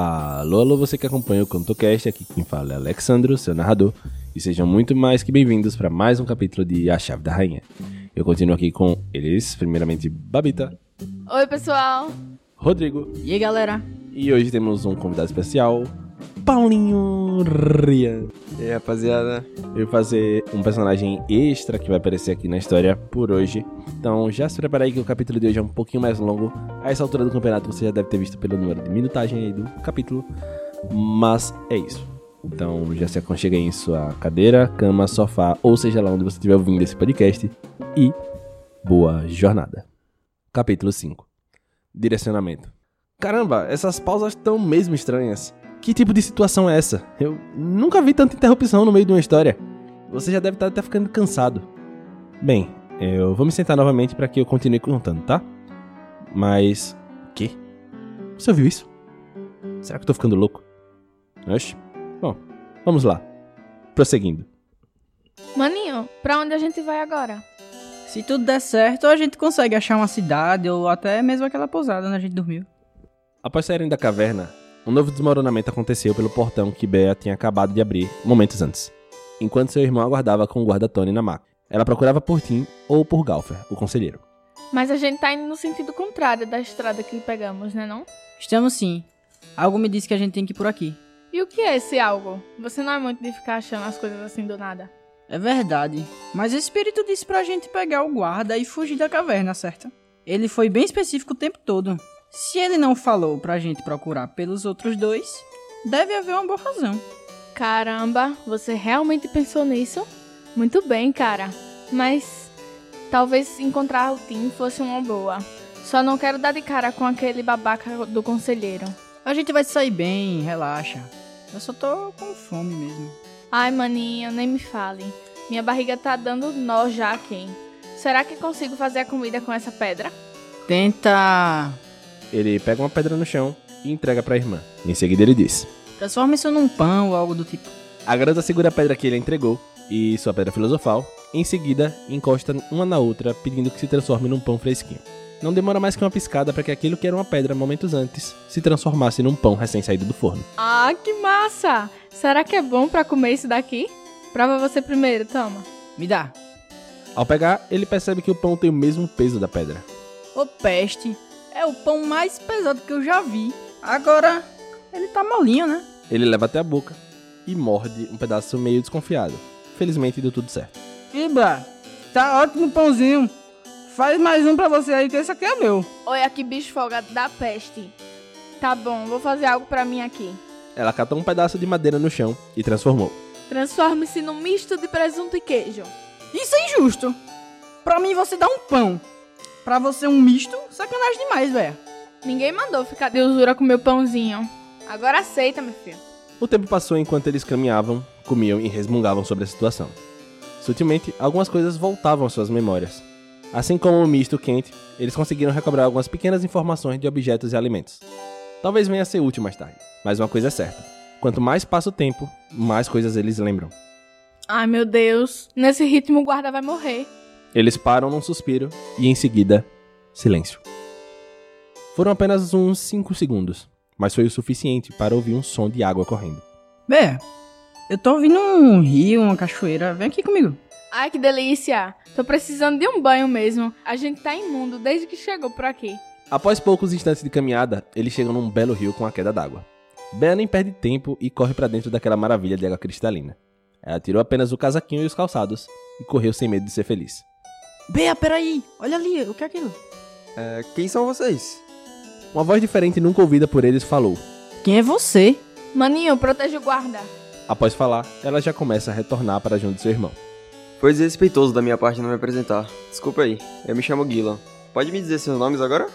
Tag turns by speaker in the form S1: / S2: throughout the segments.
S1: Alô, alô, você que acompanha o CantoCast, aqui quem fala é Alexandro, seu narrador, e sejam muito mais que bem-vindos para mais um capítulo de A Chave da Rainha. Eu continuo aqui com eles, primeiramente Babita,
S2: Oi, pessoal!
S1: Rodrigo,
S2: E aí, galera?
S1: e hoje temos um convidado especial, Paulinho Rian.
S3: E aí, rapaziada?
S1: Eu vou fazer um personagem extra que vai aparecer aqui na história por hoje. Então já se prepara aí que o capítulo de hoje é um pouquinho mais longo. A essa altura do campeonato você já deve ter visto pelo número de minutagem aí do capítulo. Mas é isso. Então já se aconchega aí em sua cadeira, cama, sofá ou seja lá onde você estiver ouvindo esse podcast. E boa jornada. Capítulo 5 Direcionamento. Caramba, essas pausas estão mesmo estranhas. Que tipo de situação é essa? Eu nunca vi tanta interrupção no meio de uma história. Você já deve estar até ficando cansado. Bem, eu vou me sentar novamente para que eu continue contando, tá? Mas. Que? Você ouviu isso? Será que eu tô ficando louco? Oxe. Bom, vamos lá. Prosseguindo.
S2: Maninho, pra onde a gente vai agora?
S4: Se tudo der certo, a gente consegue achar uma cidade ou até mesmo aquela pousada onde a gente dormiu.
S1: Após saírem da caverna, um novo desmoronamento aconteceu pelo portão que Bea tinha acabado de abrir momentos antes, enquanto seu irmão aguardava com o guarda Tony na maca. Ela procurava por Tim ou por Galfer, o conselheiro.
S2: Mas a gente tá indo no sentido contrário da estrada que pegamos, né não?
S4: Estamos sim. Algo me disse que a gente tem que ir por aqui.
S2: E o que é esse algo? Você não é muito de ficar achando as coisas assim do nada.
S4: É verdade. Mas o espírito disse pra gente pegar o guarda e fugir da caverna, certo? Ele foi bem específico o tempo todo. Se ele não falou pra gente procurar pelos outros dois, deve haver uma boa razão.
S2: Caramba, você realmente pensou nisso? Muito bem, cara. Mas talvez encontrar o Tim fosse uma boa. Só não quero dar de cara com aquele babaca do conselheiro.
S4: A gente vai sair bem, relaxa. Eu só tô com fome mesmo.
S2: Ai, maninho, nem me fale. Minha barriga tá dando nó já aqui. Será que consigo fazer a comida com essa pedra?
S4: Tenta.
S1: Ele pega uma pedra no chão e entrega pra irmã. Em seguida ele diz:
S4: Transforma isso num pão ou algo do tipo.
S1: A garota segura a pedra que ele entregou e sua pedra filosofal. Em seguida, encosta uma na outra, pedindo que se transforme num pão fresquinho. Não demora mais que uma piscada para que aquilo que era uma pedra momentos antes se transformasse num pão recém-saído do forno.
S2: Ah, que massa! Será que é bom pra comer isso daqui? Prova você primeiro, toma.
S4: Me dá.
S1: Ao pegar, ele percebe que o pão tem o mesmo peso da pedra.
S4: Ô peste, é o pão mais pesado que eu já vi. Agora, ele tá molinho, né?
S1: Ele leva até a boca e morde um pedaço meio desconfiado. Felizmente deu tudo certo.
S4: Iba, tá ótimo o pãozinho. Faz mais um pra você aí, que esse aqui é meu.
S2: Olha que bicho folgado da peste. Tá bom, vou fazer algo pra mim aqui.
S1: Ela catou um pedaço de madeira no chão e transformou.
S2: Transforme-se num misto de presunto e queijo.
S4: Isso é injusto. Pra mim, você dá um pão. Pra você, um misto, sacanagem demais, velho.
S2: Ninguém mandou ficar de usura com meu pãozinho. Agora aceita, meu filho.
S1: O tempo passou enquanto eles caminhavam, comiam e resmungavam sobre a situação. Sutilmente, algumas coisas voltavam às suas memórias. Assim como o misto quente, eles conseguiram recobrar algumas pequenas informações de objetos e alimentos. Talvez venha a ser útil mais tarde, mas uma coisa é certa: quanto mais passa o tempo, mais coisas eles lembram.
S2: Ai, meu Deus. Nesse ritmo o guarda vai morrer.
S1: Eles param num suspiro e em seguida, silêncio. Foram apenas uns 5 segundos, mas foi o suficiente para ouvir um som de água correndo.
S4: Bé, eu tô ouvindo um rio, uma cachoeira. Vem aqui comigo.
S2: Ai, que delícia. Tô precisando de um banho mesmo. A gente tá imundo desde que chegou por aqui.
S1: Após poucos instantes de caminhada, eles chegam num belo rio com a queda d'água. Bea nem perde tempo e corre para dentro daquela maravilha de água cristalina. Ela tirou apenas o casaquinho e os calçados e correu sem medo de ser feliz.
S4: Bea, peraí. Olha ali, o que é aquilo?
S3: É, quem são vocês?
S1: Uma voz diferente nunca ouvida por eles falou.
S4: Quem é você?
S2: Maninho, proteja o guarda.
S1: Após falar, ela já começa a retornar para junto de seu irmão.
S3: Foi desrespeitoso da minha parte não me apresentar. Desculpa aí, eu me chamo Guilan. Pode me dizer seus nomes agora?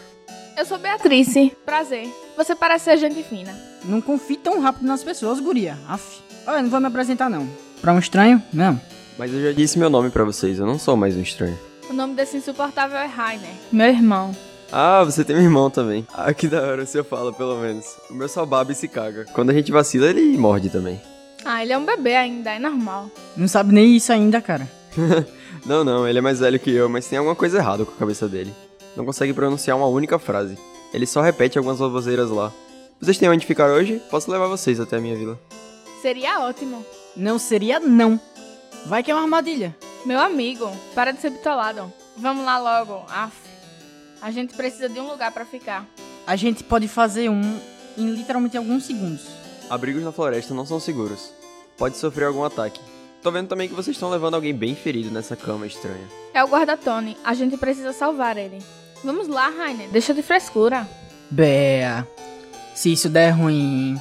S2: Eu sou Beatrice. Prazer. Você parece ser gente fina.
S4: Não confie tão rápido nas pessoas, guria. Aff. Olha, não vou me apresentar, não. Pra um estranho? Não.
S3: Mas eu já disse meu nome pra vocês, eu não sou mais um estranho.
S2: O nome desse insuportável é Rainer. Meu irmão.
S3: Ah, você tem um irmão também. Ah, que da hora, você fala pelo menos. O meu só baba e se caga. Quando a gente vacila, ele morde também.
S2: Ah, ele é um bebê ainda, é normal.
S4: Não sabe nem isso ainda, cara.
S3: Não, não, ele é mais velho que eu, mas tem alguma coisa errada com a cabeça dele. Não consegue pronunciar uma única frase. Ele só repete algumas baboseiras lá. Vocês têm onde ficar hoje? Posso levar vocês até a minha vila.
S2: Seria ótimo.
S4: Não seria não. Vai que é uma armadilha.
S2: Meu amigo, para de ser bitolado. Vamos lá logo. Af. A gente precisa de um lugar pra ficar.
S4: A gente pode fazer um em literalmente alguns segundos.
S3: Abrigos na floresta não são seguros. Pode sofrer algum ataque. Tô vendo também que vocês estão levando alguém bem ferido nessa cama estranha.
S2: É o guarda-tone. A gente precisa salvar ele. Vamos lá, Rainer. Deixa de frescura.
S4: Bea, se isso der ruim.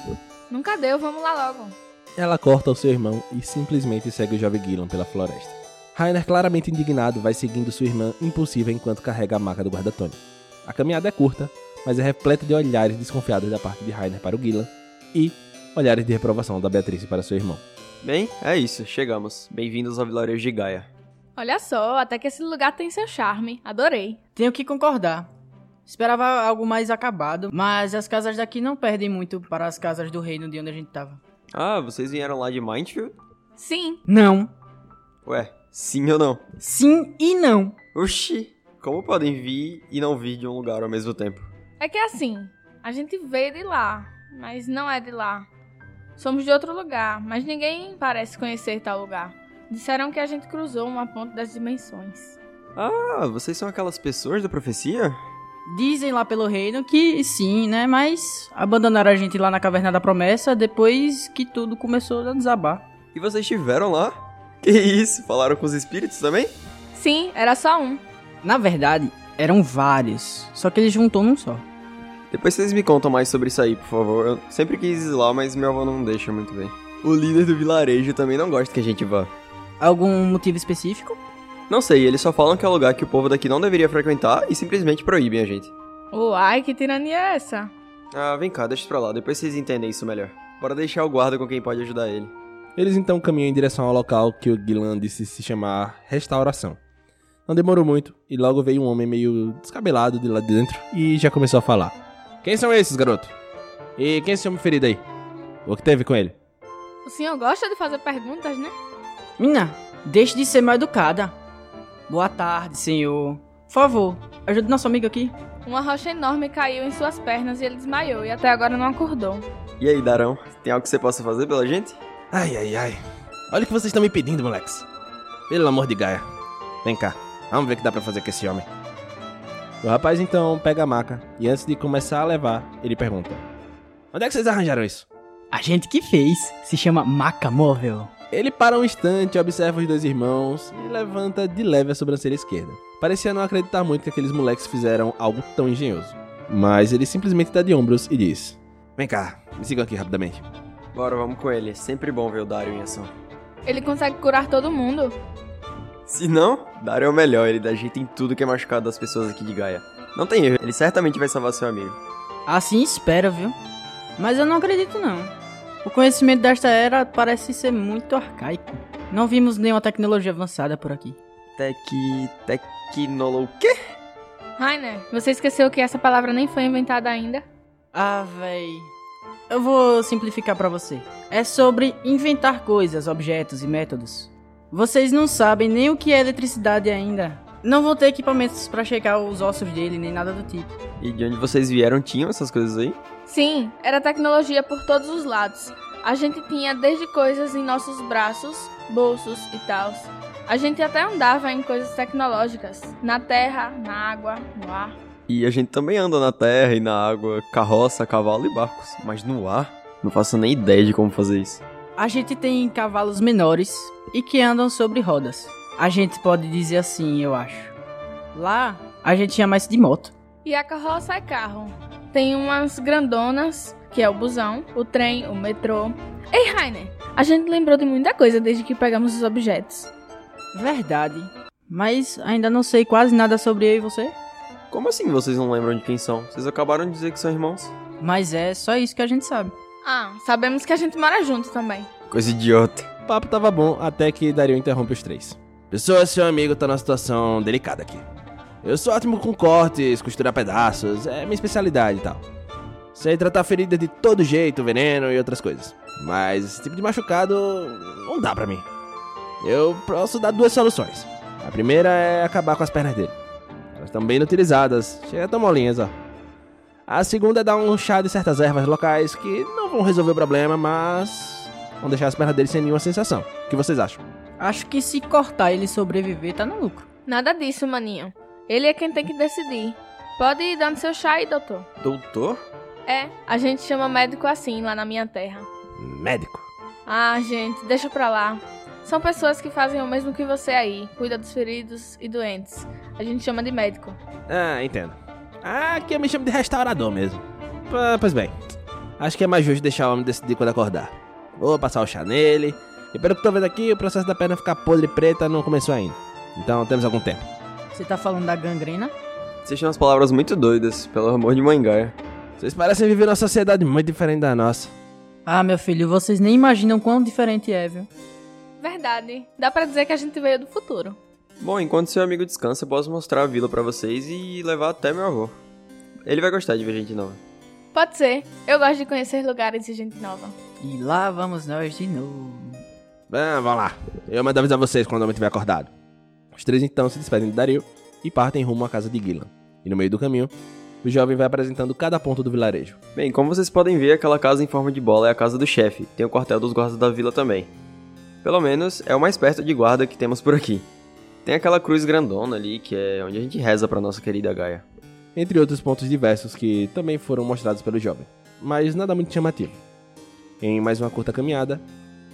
S2: Nunca deu, vamos lá logo.
S1: Ela corta o seu irmão e simplesmente segue o jovem Gillan pela floresta. Rainer, claramente indignado, vai seguindo sua irmã impulsiva enquanto carrega a maca do guarda-tone. A caminhada é curta, mas é repleta de olhares desconfiados da parte de Rainer para o Gillan e olhares de reprovação da Beatriz para seu irmão.
S3: Bem, é isso, chegamos. Bem-vindos ao vilarejo de Gaia.
S2: Olha só, até que esse lugar tem seu charme. Adorei.
S4: Tenho que concordar. Esperava algo mais acabado, mas as casas daqui não perdem muito para as casas do reino de onde a gente tava.
S3: Ah, vocês vieram lá de Mindfield?
S2: Sim,
S4: Não.
S3: Ué, sim ou não?
S4: Sim e não.
S3: Oxi! Como podem vir e não vir de um lugar ao mesmo tempo?
S2: é que é assim. A gente veio de lá, mas não é de lá. Somos de outro lugar, mas ninguém parece conhecer tal lugar. Disseram que a gente cruzou uma ponte das dimensões.
S3: Ah, vocês são aquelas pessoas da profecia?
S4: Dizem lá pelo reino que sim, né? Mas abandonaram a gente lá na Caverna da Promessa depois que tudo começou a desabar.
S3: E vocês estiveram lá? Que isso? Falaram com os espíritos também?
S2: Sim, era só um.
S4: Na verdade, eram vários, só que eles juntou num só.
S3: Depois vocês me contam mais sobre isso aí, por favor. Eu sempre quis ir lá, mas meu avô não deixa muito bem. O líder do vilarejo também não gosta que a gente vá.
S4: Algum motivo específico?
S3: Não sei, eles só falam que é um lugar que o povo daqui não deveria frequentar e simplesmente proíbem a gente.
S2: Uai, Oh, que tirania é essa?
S3: Ah, vem cá, deixa isso pra lá, depois vocês entendem isso melhor. Bora deixar o guarda com quem pode ajudar ele.
S1: Eles então caminham em direção ao local que o Guilan disse se chamar Restauração. Não demorou muito e logo veio um homem meio descabelado de lá de dentro e já começou a falar. Quem são esses, garoto? E quem é esse homem ferido aí? O que teve com ele?
S2: O senhor gosta de fazer perguntas, né?
S4: Mina, deixe de ser mal educada. Boa tarde, senhor. Por favor, ajude nosso amigo aqui.
S2: Uma rocha enorme caiu em suas pernas e ele desmaiou e até agora não acordou.
S3: E aí, Darão, tem algo que você possa fazer pela gente?
S1: Ai, ai, ai. Olha o que vocês estão me pedindo, moleques. Pelo amor de Gaia. Vem cá, vamos ver o que dá pra fazer com esse homem. O rapaz então pega a maca e antes de começar a levar, ele pergunta: Onde é que vocês arranjaram isso?
S4: A gente que fez se chama Maca Móvel.
S1: Ele para um instante, observa os dois irmãos e levanta de leve a sobrancelha esquerda. Parecia não acreditar muito que aqueles moleques fizeram algo tão engenhoso. Mas ele simplesmente dá de ombros e diz: Vem cá, me sigam aqui rapidamente.
S3: Bora, vamos com ele. É sempre bom ver o Dario em ação.
S2: Ele consegue curar todo mundo.
S3: Se não, Dario é o melhor, ele dá jeito em tudo que é machucado das pessoas aqui de Gaia. Não tem erro, ele certamente vai salvar seu amigo.
S4: Assim espero, viu? Mas eu não acredito não. O conhecimento desta era parece ser muito arcaico. Não vimos nenhuma tecnologia avançada por aqui.
S3: Tec... Tecnolo... o quê?
S2: Rainer, você esqueceu que essa palavra nem foi inventada ainda?
S4: Ah, véi. Eu vou simplificar pra você. É sobre inventar coisas, objetos e métodos. Vocês não sabem nem o que é eletricidade ainda. Não vão ter equipamentos pra checar os ossos dele nem nada do tipo.
S3: E de onde vocês vieram tinham essas coisas aí?
S2: Sim, era tecnologia por todos os lados. A gente tinha desde coisas em nossos braços, bolsos e tals. A gente até andava em coisas tecnológicas, na terra, na água, no ar.
S3: E a gente também anda na terra e na água, carroça, cavalo e barcos. Mas no ar, não faço nem ideia de como fazer isso.
S4: A gente tem cavalos menores e que andam sobre rodas. A gente pode dizer assim, eu acho. Lá, a gente tinha mais de moto.
S2: E a carroça é carro. Tem umas grandonas, que é o busão, o trem, o metrô. Ei, Rainer, a gente lembrou de muita coisa desde que pegamos os objetos.
S4: Verdade. Mas ainda não sei quase nada sobre eu e você.
S3: Como assim vocês não lembram de quem são? Vocês acabaram de dizer que são irmãos?
S4: Mas é só isso que a gente sabe.
S2: Ah, sabemos que a gente mora junto também.
S3: Coisa idiota.
S1: O papo tava bom até que Dario interrompe os três. Pessoa, seu amigo tá numa situação delicada aqui. Eu sou ótimo com cortes, costurar pedaços, é minha especialidade e tal. Sei tratar ferida de todo jeito, veneno e outras coisas. Mas esse tipo de machucado não dá pra mim. Eu posso dar duas soluções. A primeira é acabar com as pernas dele. Elas estão bem utilizadas, chega tão molinhas, ó. A segunda é dar um chá de certas ervas locais que não vão resolver o problema, mas vão deixar as pernas dele sem nenhuma sensação. O que vocês acham?
S4: Acho que se cortar ele sobreviver, tá no lucro.
S2: Nada disso, maninho. Ele é quem tem que decidir. Pode ir dando seu chá aí, doutor.
S3: Doutor?
S2: É, a gente chama médico assim lá na minha terra.
S1: Médico.
S2: Ah, gente, deixa pra lá. São pessoas que fazem o mesmo que você aí, cuida dos feridos e doentes. A gente chama de médico.
S1: Ah, entendo. Ah, que eu me chamo de restaurador mesmo. Ah, Pois bem, acho que é mais justo deixar o homem decidir quando acordar. Vou passar o chá nele. E pelo que tô vendo aqui, o processo da perna ficar podre e preta não começou ainda. Então temos algum tempo.
S4: Você tá falando da gangrena?
S3: Vocês tinham umas palavras muito doidas, pelo amor de mangaia.
S1: Vocês parecem viver numa sociedade muito diferente da nossa.
S4: Ah, meu filho, vocês nem imaginam quão diferente é, viu?
S2: Verdade. Dá pra dizer que a gente veio do futuro.
S3: Bom, enquanto seu amigo descansa, eu posso mostrar a vila pra vocês e levar até meu avô. Ele vai gostar de ver gente nova.
S2: Pode ser. Eu gosto de conhecer lugares e gente nova.
S4: E lá vamos nós de novo.
S1: Ah, vamos lá. Eu mando avisar vocês quando o homem tiver acordado. Os três então se despedem de Dario e partem rumo à casa de Gillan. E no meio do caminho, o jovem vai apresentando cada ponto do vilarejo.
S3: Bem, como vocês podem ver, aquela casa em forma de bola é a casa do chefe. Tem o quartel dos guardas da vila também. Pelo menos é o mais perto de guarda que temos por aqui. Tem aquela cruz grandona ali, que é onde a gente reza pra nossa querida Gaia.
S1: entre outros pontos diversos que também foram mostrados pelo jovem, mas nada muito chamativo. Em mais uma curta caminhada,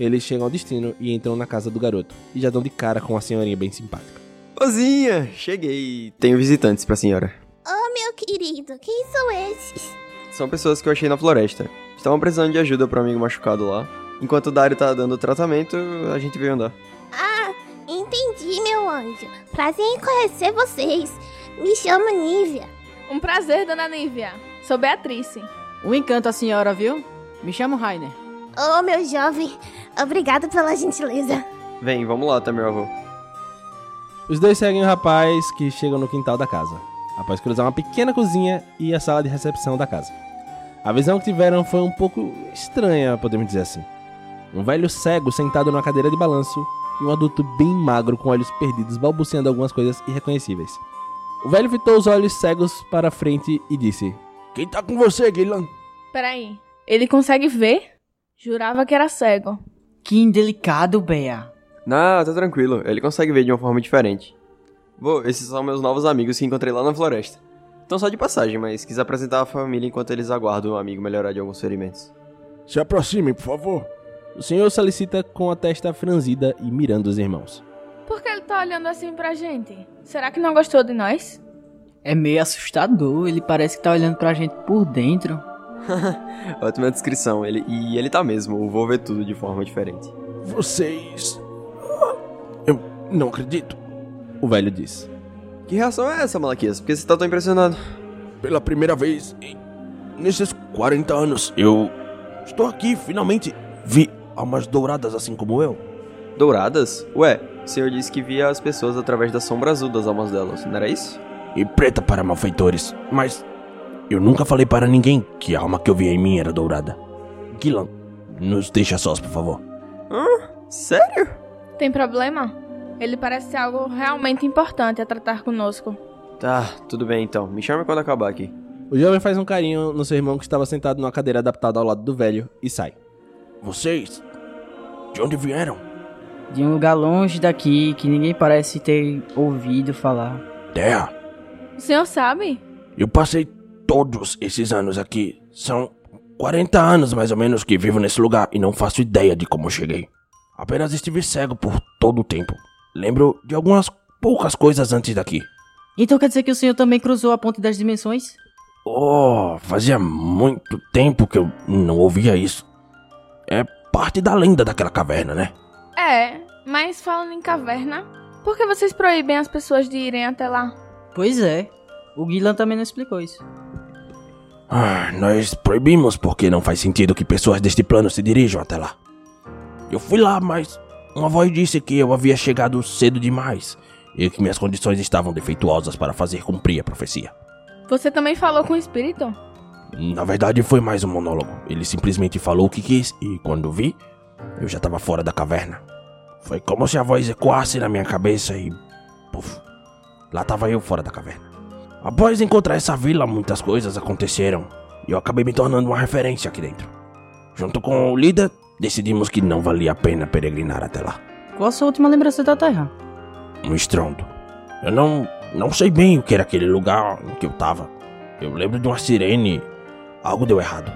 S1: eles chegam ao destino e entram na casa do garoto, e já dão de cara com uma senhorinha bem simpática.
S3: Ozinha, cheguei. Tenho visitantes pra senhora.
S5: Oh, meu querido, quem são esses?
S3: São pessoas que eu achei na floresta. Estavam precisando de ajuda pro amigo machucado lá. Enquanto o Dario tá dando o tratamento, a gente veio andar.
S5: Ah, entendi, meu anjo. Prazer em conhecer vocês. Me chamo Nívia.
S2: Um prazer, dona Nívia. Sou Beatrice.
S4: Um encanto a senhora, viu? Me chamo Rainer.
S5: Oh, meu jovem, obrigado pela gentileza.
S3: Vem, vamos lá, tá meu avô.
S1: Os dois seguem o rapaz que chega no quintal da casa, após cruzar uma pequena cozinha e a sala de recepção da casa. A visão que tiveram foi um pouco estranha, podemos dizer assim. Um velho cego sentado numa cadeira de balanço e um adulto bem magro com olhos perdidos balbuciando algumas coisas irreconhecíveis. O velho fitou os olhos cegos para a frente e disse: Quem tá com você, Guilherme?
S2: Peraí. Ele consegue ver? Jurava que era cego.
S4: Que indelicado, Bea.
S3: Ah, tá tranquilo. Ele consegue ver de uma forma diferente. Vô, esses são meus novos amigos que encontrei lá na floresta. Estão só de passagem, mas quis apresentar a família enquanto eles aguardam o amigo melhorar de alguns ferimentos.
S1: Se aproximem, por favor. O senhor solicita com a testa franzida e mirando os irmãos.
S2: Por que ele tá olhando assim pra gente? Será que não gostou de nós?
S4: É meio assustador, ele parece que tá olhando pra gente por dentro.
S3: Ótima descrição, ele, e ele tá mesmo, o vô vê tudo de forma diferente.
S1: Vocês. Eu não acredito. O velho diz.
S3: Que reação é essa, Malaquias? Por que você tá tão impressionado?
S1: Pela primeira vez em... nesses 40 anos, eu estou aqui finalmente. Vi almas douradas assim como eu.
S3: Douradas? Ué, o senhor disse que via as pessoas através da sombra azul das almas delas, não era isso?
S6: e preta para malfeitores, mas eu nunca falei para ninguém que a alma que eu via em mim era dourada. Guilan, nos deixa sós, por favor.
S3: Sério?
S2: Tem problema? Ele parece ser algo realmente importante a tratar conosco.
S3: Tá, tudo bem então. Me chame quando acabar aqui.
S1: O jovem faz um carinho no seu irmão que estava sentado numa cadeira adaptada ao lado do velho e sai.
S6: Vocês, de onde vieram?
S4: De um lugar longe daqui que ninguém parece ter ouvido falar.
S6: Terra,
S2: O senhor sabe?
S6: eu passei todos esses anos aqui. São 40 anos mais ou menos que vivo nesse lugar e não faço ideia de como cheguei. Apenas estive cego por todo o tempo. Lembro de algumas poucas coisas antes daqui.
S4: Então quer dizer que o senhor também cruzou a ponte das dimensões?
S6: Oh, fazia muito tempo que eu não ouvia isso. É parte da lenda daquela caverna, né?
S2: É, mas falando em caverna, por que vocês proíbem as pessoas de irem até lá?
S4: Pois é. O Guilan também não explicou isso.
S6: Ah, nós proibimos porque não faz sentido que pessoas deste plano se dirijam até lá. Eu fui lá, mas uma voz disse que eu havia chegado cedo demais e que minhas condições estavam defeituosas para fazer cumprir a profecia.
S2: Você também falou com o espírito?
S6: Na verdade, foi mais um monólogo. Ele simplesmente falou o que quis e, quando vi, eu já estava fora da caverna. Foi como se a voz ecoasse na minha cabeça e. Puf! Lá estava eu fora da caverna. Após encontrar essa vila, muitas coisas aconteceram e eu acabei me tornando uma referência aqui dentro. Junto com o líder, decidimos que não valia a pena peregrinar até lá.
S4: Qual a sua última lembrança da Terra?
S6: Um estrondo. Eu não, não sei bem o que era aquele lugar em que eu tava. Eu lembro de uma sirene. Algo deu errado.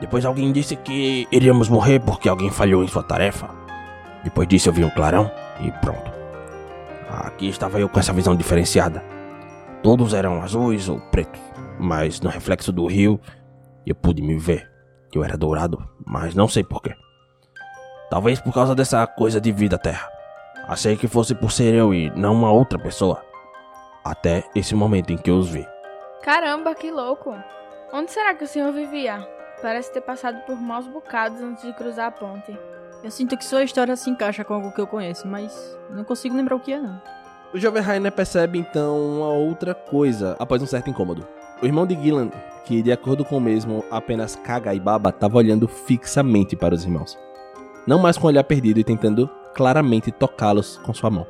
S6: Depois alguém disse que iríamos morrer porque alguém falhou em sua tarefa. Depois disso eu vi um clarão e pronto. Aqui estava eu com essa visão diferenciada. Todos eram azuis ou pretos, mas no reflexo do rio eu pude me ver. Eu era dourado, mas não sei porquê. Talvez por causa dessa coisa de vida terra. Achei que fosse por ser eu e não uma outra pessoa. Até esse momento em que eu os vi.
S2: Caramba, que louco! Onde será que o senhor vivia? Parece ter passado por maus bocados antes de cruzar a ponte.
S4: Eu sinto que sua história se encaixa com algo que eu conheço, mas não consigo lembrar o que é, não.
S1: O jovem Rainer percebe então uma outra coisa após um certo incômodo. O irmão de Gillan, que de acordo com o mesmo apenas caga e baba, estava olhando fixamente para os irmãos. Não mais com o olhar perdido e tentando claramente tocá-los com sua mão.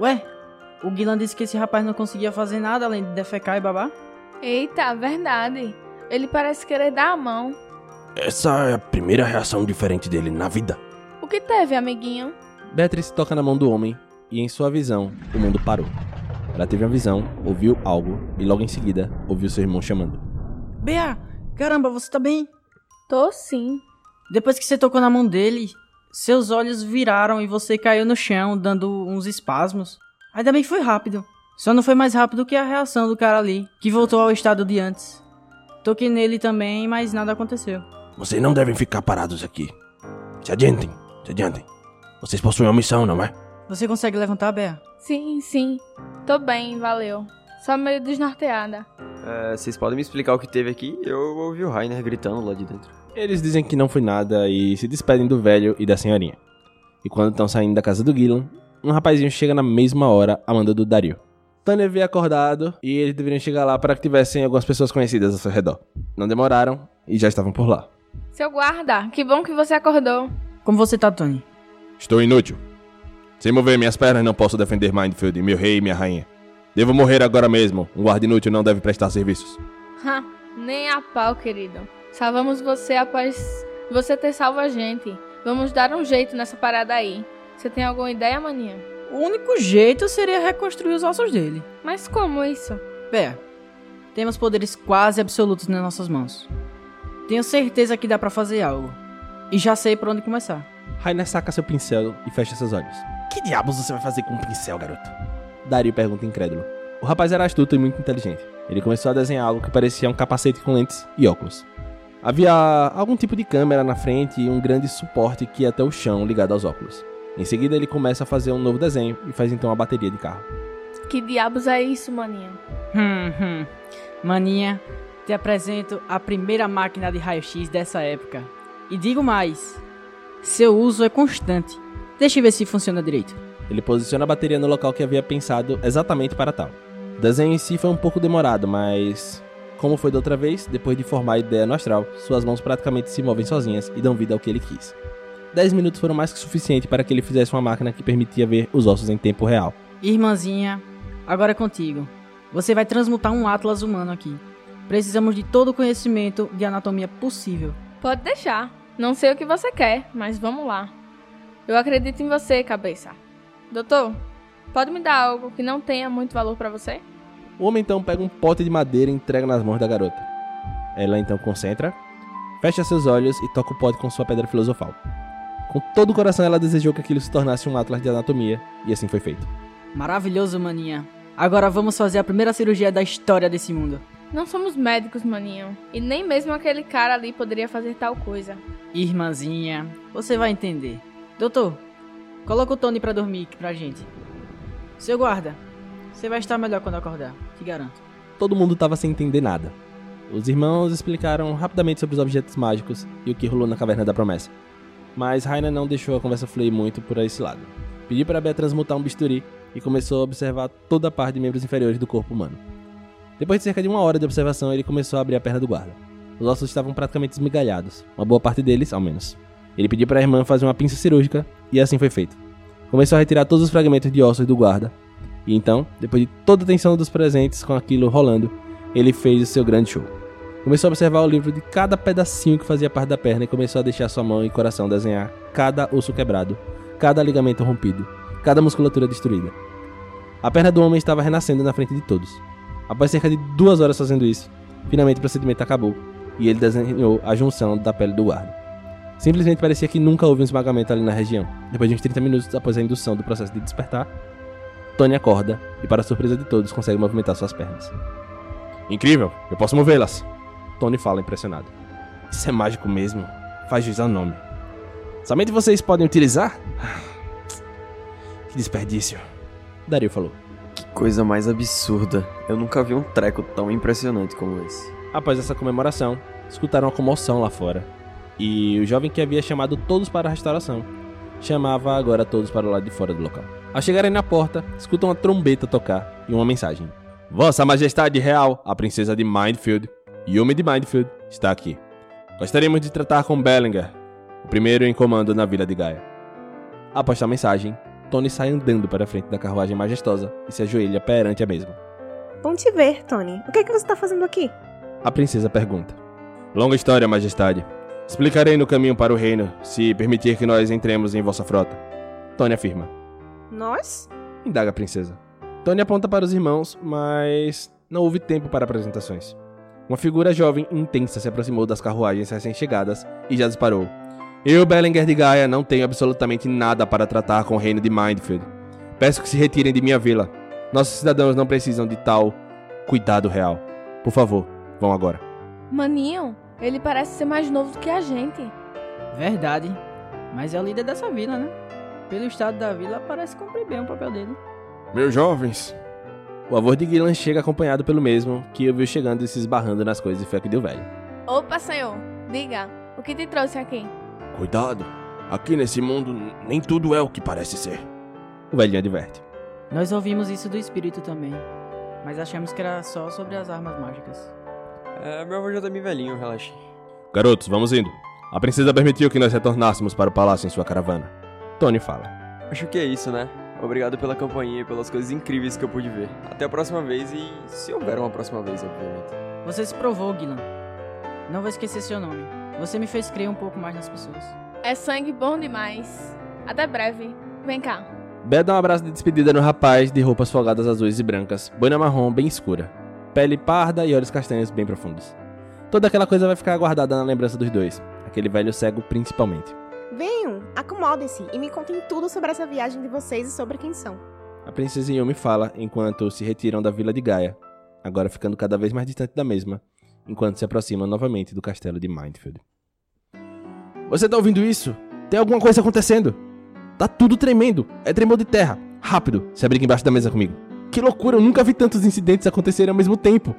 S4: Ué, o Guilan disse que esse rapaz não conseguia fazer nada além de defecar e babar?
S2: Eita, verdade! Ele parece querer dar a mão.
S6: Essa é a primeira reação diferente dele na vida.
S2: O que teve, amiguinho?
S1: Beatrice toca na mão do homem e, em sua visão, o mundo parou. Ela teve uma visão, ouviu algo e, logo em seguida, ouviu seu irmão chamando.
S4: Bea, caramba, você tá bem?
S2: Tô sim.
S4: Depois que você tocou na mão dele, seus olhos viraram e você caiu no chão, dando uns espasmos. Ainda bem que foi rápido. Só não foi mais rápido que a reação do cara ali, que voltou ao estado de antes. Toquei nele também, mas nada aconteceu.
S6: Vocês não devem ficar parados aqui. Se adiantem, se adiantem. Vocês possuem uma missão, não é?
S4: Você consegue levantar, Bea?
S2: Sim, sim. Tô bem, valeu. Só meio desnorteada.
S3: É, vocês podem me explicar o que teve aqui? Eu ouvi o Rainer gritando lá de dentro.
S1: Eles dizem que não foi nada e se despedem do velho e da senhorinha. E quando estão saindo da casa do Gillan, um rapazinho chega na mesma hora a manda do Dario. Tânia havia acordado e eles deveriam chegar lá para que tivessem algumas pessoas conhecidas ao seu redor. Não demoraram e já estavam por lá.
S2: Seu guarda, que bom que você acordou.
S4: Como você tá, Tony?
S7: Estou inútil. Sem mover minhas pernas, não posso defender Mindfield, meu rei e minha rainha. Devo morrer agora mesmo. Um guarda inútil não deve prestar serviços.
S2: Ha, nem a pau, querido. Salvamos você após você ter salvo a gente. Vamos dar um jeito nessa parada aí. Você tem alguma ideia, maninha?
S4: O único jeito seria reconstruir os ossos dele.
S2: Mas como isso?
S4: Bea, temos poderes quase absolutos nas nossas mãos. Tenho certeza que dá pra fazer algo. E já sei por onde começar.
S1: Rainer saca seu pincel e fecha seus olhos.
S6: Que diabos você vai fazer com um pincel, garoto?
S1: Dario pergunta incrédulo. O rapaz era astuto e muito inteligente. Ele começou a desenhar algo que parecia um capacete com lentes e óculos. Havia algum tipo de câmera na frente e um grande suporte que ia até o chão ligado aos óculos. Em seguida, ele começa a fazer um novo desenho e faz então a bateria de carro.
S2: Que diabos é isso, maninha?
S4: Hum, hum. Maninha, te apresento a primeira máquina de raio-x dessa época. E digo mais, seu uso é constante. Deixa eu ver se funciona direito.
S1: Ele posiciona a bateria no local que havia pensado exatamente para tal. O desenho em si foi um pouco demorado, mas. Como foi da outra vez, depois de formar a ideia no astral, suas mãos praticamente se movem sozinhas e dão vida ao que ele quis. Dez minutos foram mais que suficiente para que ele fizesse uma máquina que permitia ver os ossos em tempo real.
S4: Irmãzinha, agora é contigo. Você vai transmutar um atlas humano aqui. Precisamos de todo o conhecimento de anatomia possível.
S2: Pode deixar. Não sei o que você quer, mas vamos lá. Eu acredito em você, cabeça. Doutor, pode me dar algo que não tenha muito valor pra você?
S1: O homem então pega um pote de madeira e entrega nas mãos da garota. Ela então concentra, fecha seus olhos e toca o pote com sua pedra filosofal. Com todo o coração ela desejou que aquilo se tornasse um atlas de anatomia, e assim foi feito.
S4: Maravilhoso, maninha. Agora vamos fazer a primeira cirurgia da história desse mundo.
S2: Não somos médicos, maninho. E nem mesmo aquele cara ali poderia fazer tal coisa.
S4: Irmãzinha, você vai entender. Doutor, coloca o Tony pra dormir aqui pra gente. Seu guarda, você vai estar melhor quando acordar, te garanto.
S1: Todo mundo estava sem entender nada. Os irmãos explicaram rapidamente sobre os objetos mágicos e o que rolou na Caverna da Promessa. Mas Raina não deixou a conversa fluir muito por esse lado. Pediu para Bea transmutar um bisturi e começou a observar toda a parte de membros inferiores do corpo humano. Depois de cerca de uma hora de observação, ele começou a abrir a perna do guarda. Os ossos estavam praticamente esmigalhados, uma boa parte deles, ao menos. Ele pediu para a irmã fazer uma pinça cirúrgica e assim foi feito. Começou a retirar todos os fragmentos de ossos do guarda, E então, depois de toda a tensão dos presentes com aquilo rolando, ele fez o seu grande show. Começou a observar o livro de cada pedacinho que fazia parte da perna e começou a deixar sua mão e coração desenhar cada osso quebrado, cada ligamento rompido, cada musculatura destruída. A perna do homem estava renascendo na frente de todos. Após cerca de duas horas fazendo isso, finalmente o procedimento acabou e ele desenhou a junção da pele do guarda. Simplesmente parecia que nunca houve um esmagamento ali na região. Depois de uns 30 minutos após a indução do processo de despertar, Tony acorda e, para surpresa de todos, consegue movimentar suas pernas.
S7: Incrível, eu posso movê-las.
S1: Tony fala impressionado. Isso é mágico mesmo. Faz juiz ao nome. Somente vocês podem utilizar? Ah, Que desperdício. Dario falou.
S3: Que coisa mais absurda. Eu nunca vi um treco tão impressionante como esse.
S1: Após essa comemoração, escutaram a comoção lá fora. E o jovem que havia chamado todos para a restauração chamava agora todos para o lado de fora do local. Ao chegarem na porta, escutam uma trombeta tocar e uma mensagem.
S7: Vossa Majestade Real, a princesa de Mindfield, Yumi de Mindfield, está aqui. Gostaríamos de tratar com Bellinger, o primeiro em comando na vila de Gaia.
S1: Após a mensagem, Tony sai andando para a frente da carruagem majestosa e se ajoelha perante a mesma.
S8: Bom te ver, Tony. O que é que você tá fazendo aqui?
S1: A princesa pergunta.
S7: Longa história, Majestade. Explicarei no caminho para o reino, se permitir que nós entremos em vossa frota.
S1: Tony afirma.
S8: Nós?
S1: Indaga a princesa. Tony aponta para os irmãos, mas não houve tempo para apresentações. Uma figura jovem e intensa se aproximou das carruagens recém-chegadas e já disparou. Eu, Bellinger de Gaia, não tenho absolutamente nada para tratar com o reino de Mindfield. Peço que se retirem de minha vila. Nossos cidadãos não precisam de tal cuidado real. Por favor, vão agora.
S2: Maninho, ele parece ser mais novo do que a gente.
S4: Verdade. Mas é o líder dessa vila, né? Pelo estado da vila, parece cumprir bem o papel dele.
S7: Meus jovens,
S1: O avô de Gillan chega acompanhado pelo mesmo, que o viu chegando e se esbarrando nas coisas e foi a que deu velho.
S2: Opa, senhor, diga, o que te trouxe aqui?
S6: Cuidado, aqui nesse mundo n- nem tudo é o que parece ser.
S1: O velhinho adverte.
S4: Nós ouvimos isso do espírito também. Mas achamos que era só sobre as armas mágicas.
S3: É, meu avô já tá bem velhinho, relaxa.
S7: garotos, vamos indo. A princesa permitiu que nós retornássemos para o palácio em sua caravana.
S1: Tony fala.
S3: Acho que é isso, né? Obrigado pela companhia e pelas coisas incríveis que eu pude ver. Até a próxima vez e se houver uma próxima vez, obviamente.
S4: Você se provou, Guilan. Não vou esquecer seu nome. Você me fez crer um pouco mais nas pessoas.
S2: É sangue bom demais. Até breve. Vem cá.
S1: Bel dá um abraço de despedida no rapaz, de roupas folgadas azuis e brancas, boina marrom bem escura, pele parda e olhos castanhos bem profundos. Toda aquela coisa vai ficar guardada na lembrança dos dois, aquele velho cego principalmente.
S8: Venham, acomodem-se e me contem tudo sobre essa viagem de vocês e sobre quem são.
S1: A princesa Yumi fala enquanto se retiram da vila de Gaia, agora ficando cada vez mais distante da mesma, enquanto se aproximam novamente do castelo de Mindfield. Você tá ouvindo isso? Tem alguma coisa acontecendo! Tá tudo tremendo! É tremor de terra! Rápido! Se abriga embaixo da mesa comigo! Que loucura! Eu nunca vi tantos incidentes acontecerem ao mesmo tempo!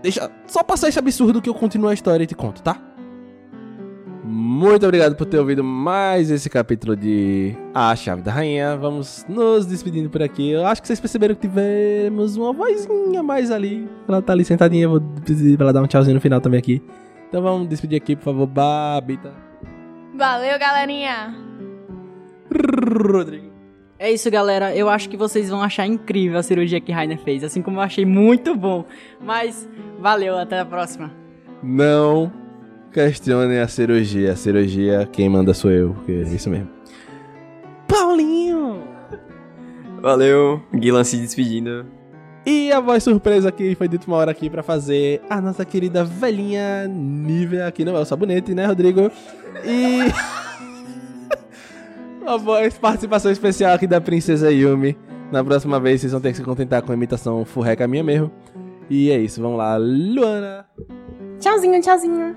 S1: Deixa só passar esse absurdo que eu continuo a história e te conto, tá? Muito obrigado por ter ouvido mais esse capítulo de A Chave da Rainha. Vamos nos despedindo por aqui. Eu acho que vocês perceberam que tivemos uma vozinha mais ali. Ela tá ali sentadinha, eu vou pedir pra ela dar um tchauzinho no final também aqui. Então vamos despedir aqui, por favor, Babita.
S2: Valeu, galerinha.
S1: Rodrigo.
S4: É isso, galera. Eu acho que vocês vão achar incrível a cirurgia que Rainer fez, assim como eu achei muito bom. Mas valeu, até a próxima.
S1: Não questionem a cirurgia. A cirurgia, quem manda sou eu, porque é isso mesmo. Paulinho!
S3: Valeu, Guilan se despedindo.
S1: E a voz surpresa que foi dito uma hora aqui pra fazer a nossa querida velhinha Nívea, que não é o sabonete, né, Rodrigo? E. a voz, participação especial aqui da Princesa Yumi. Na próxima vez vocês vão ter que se contentar com a imitação furreca minha mesmo. E é isso, vamos lá, Luana.
S8: Tchauzinho, tchauzinho.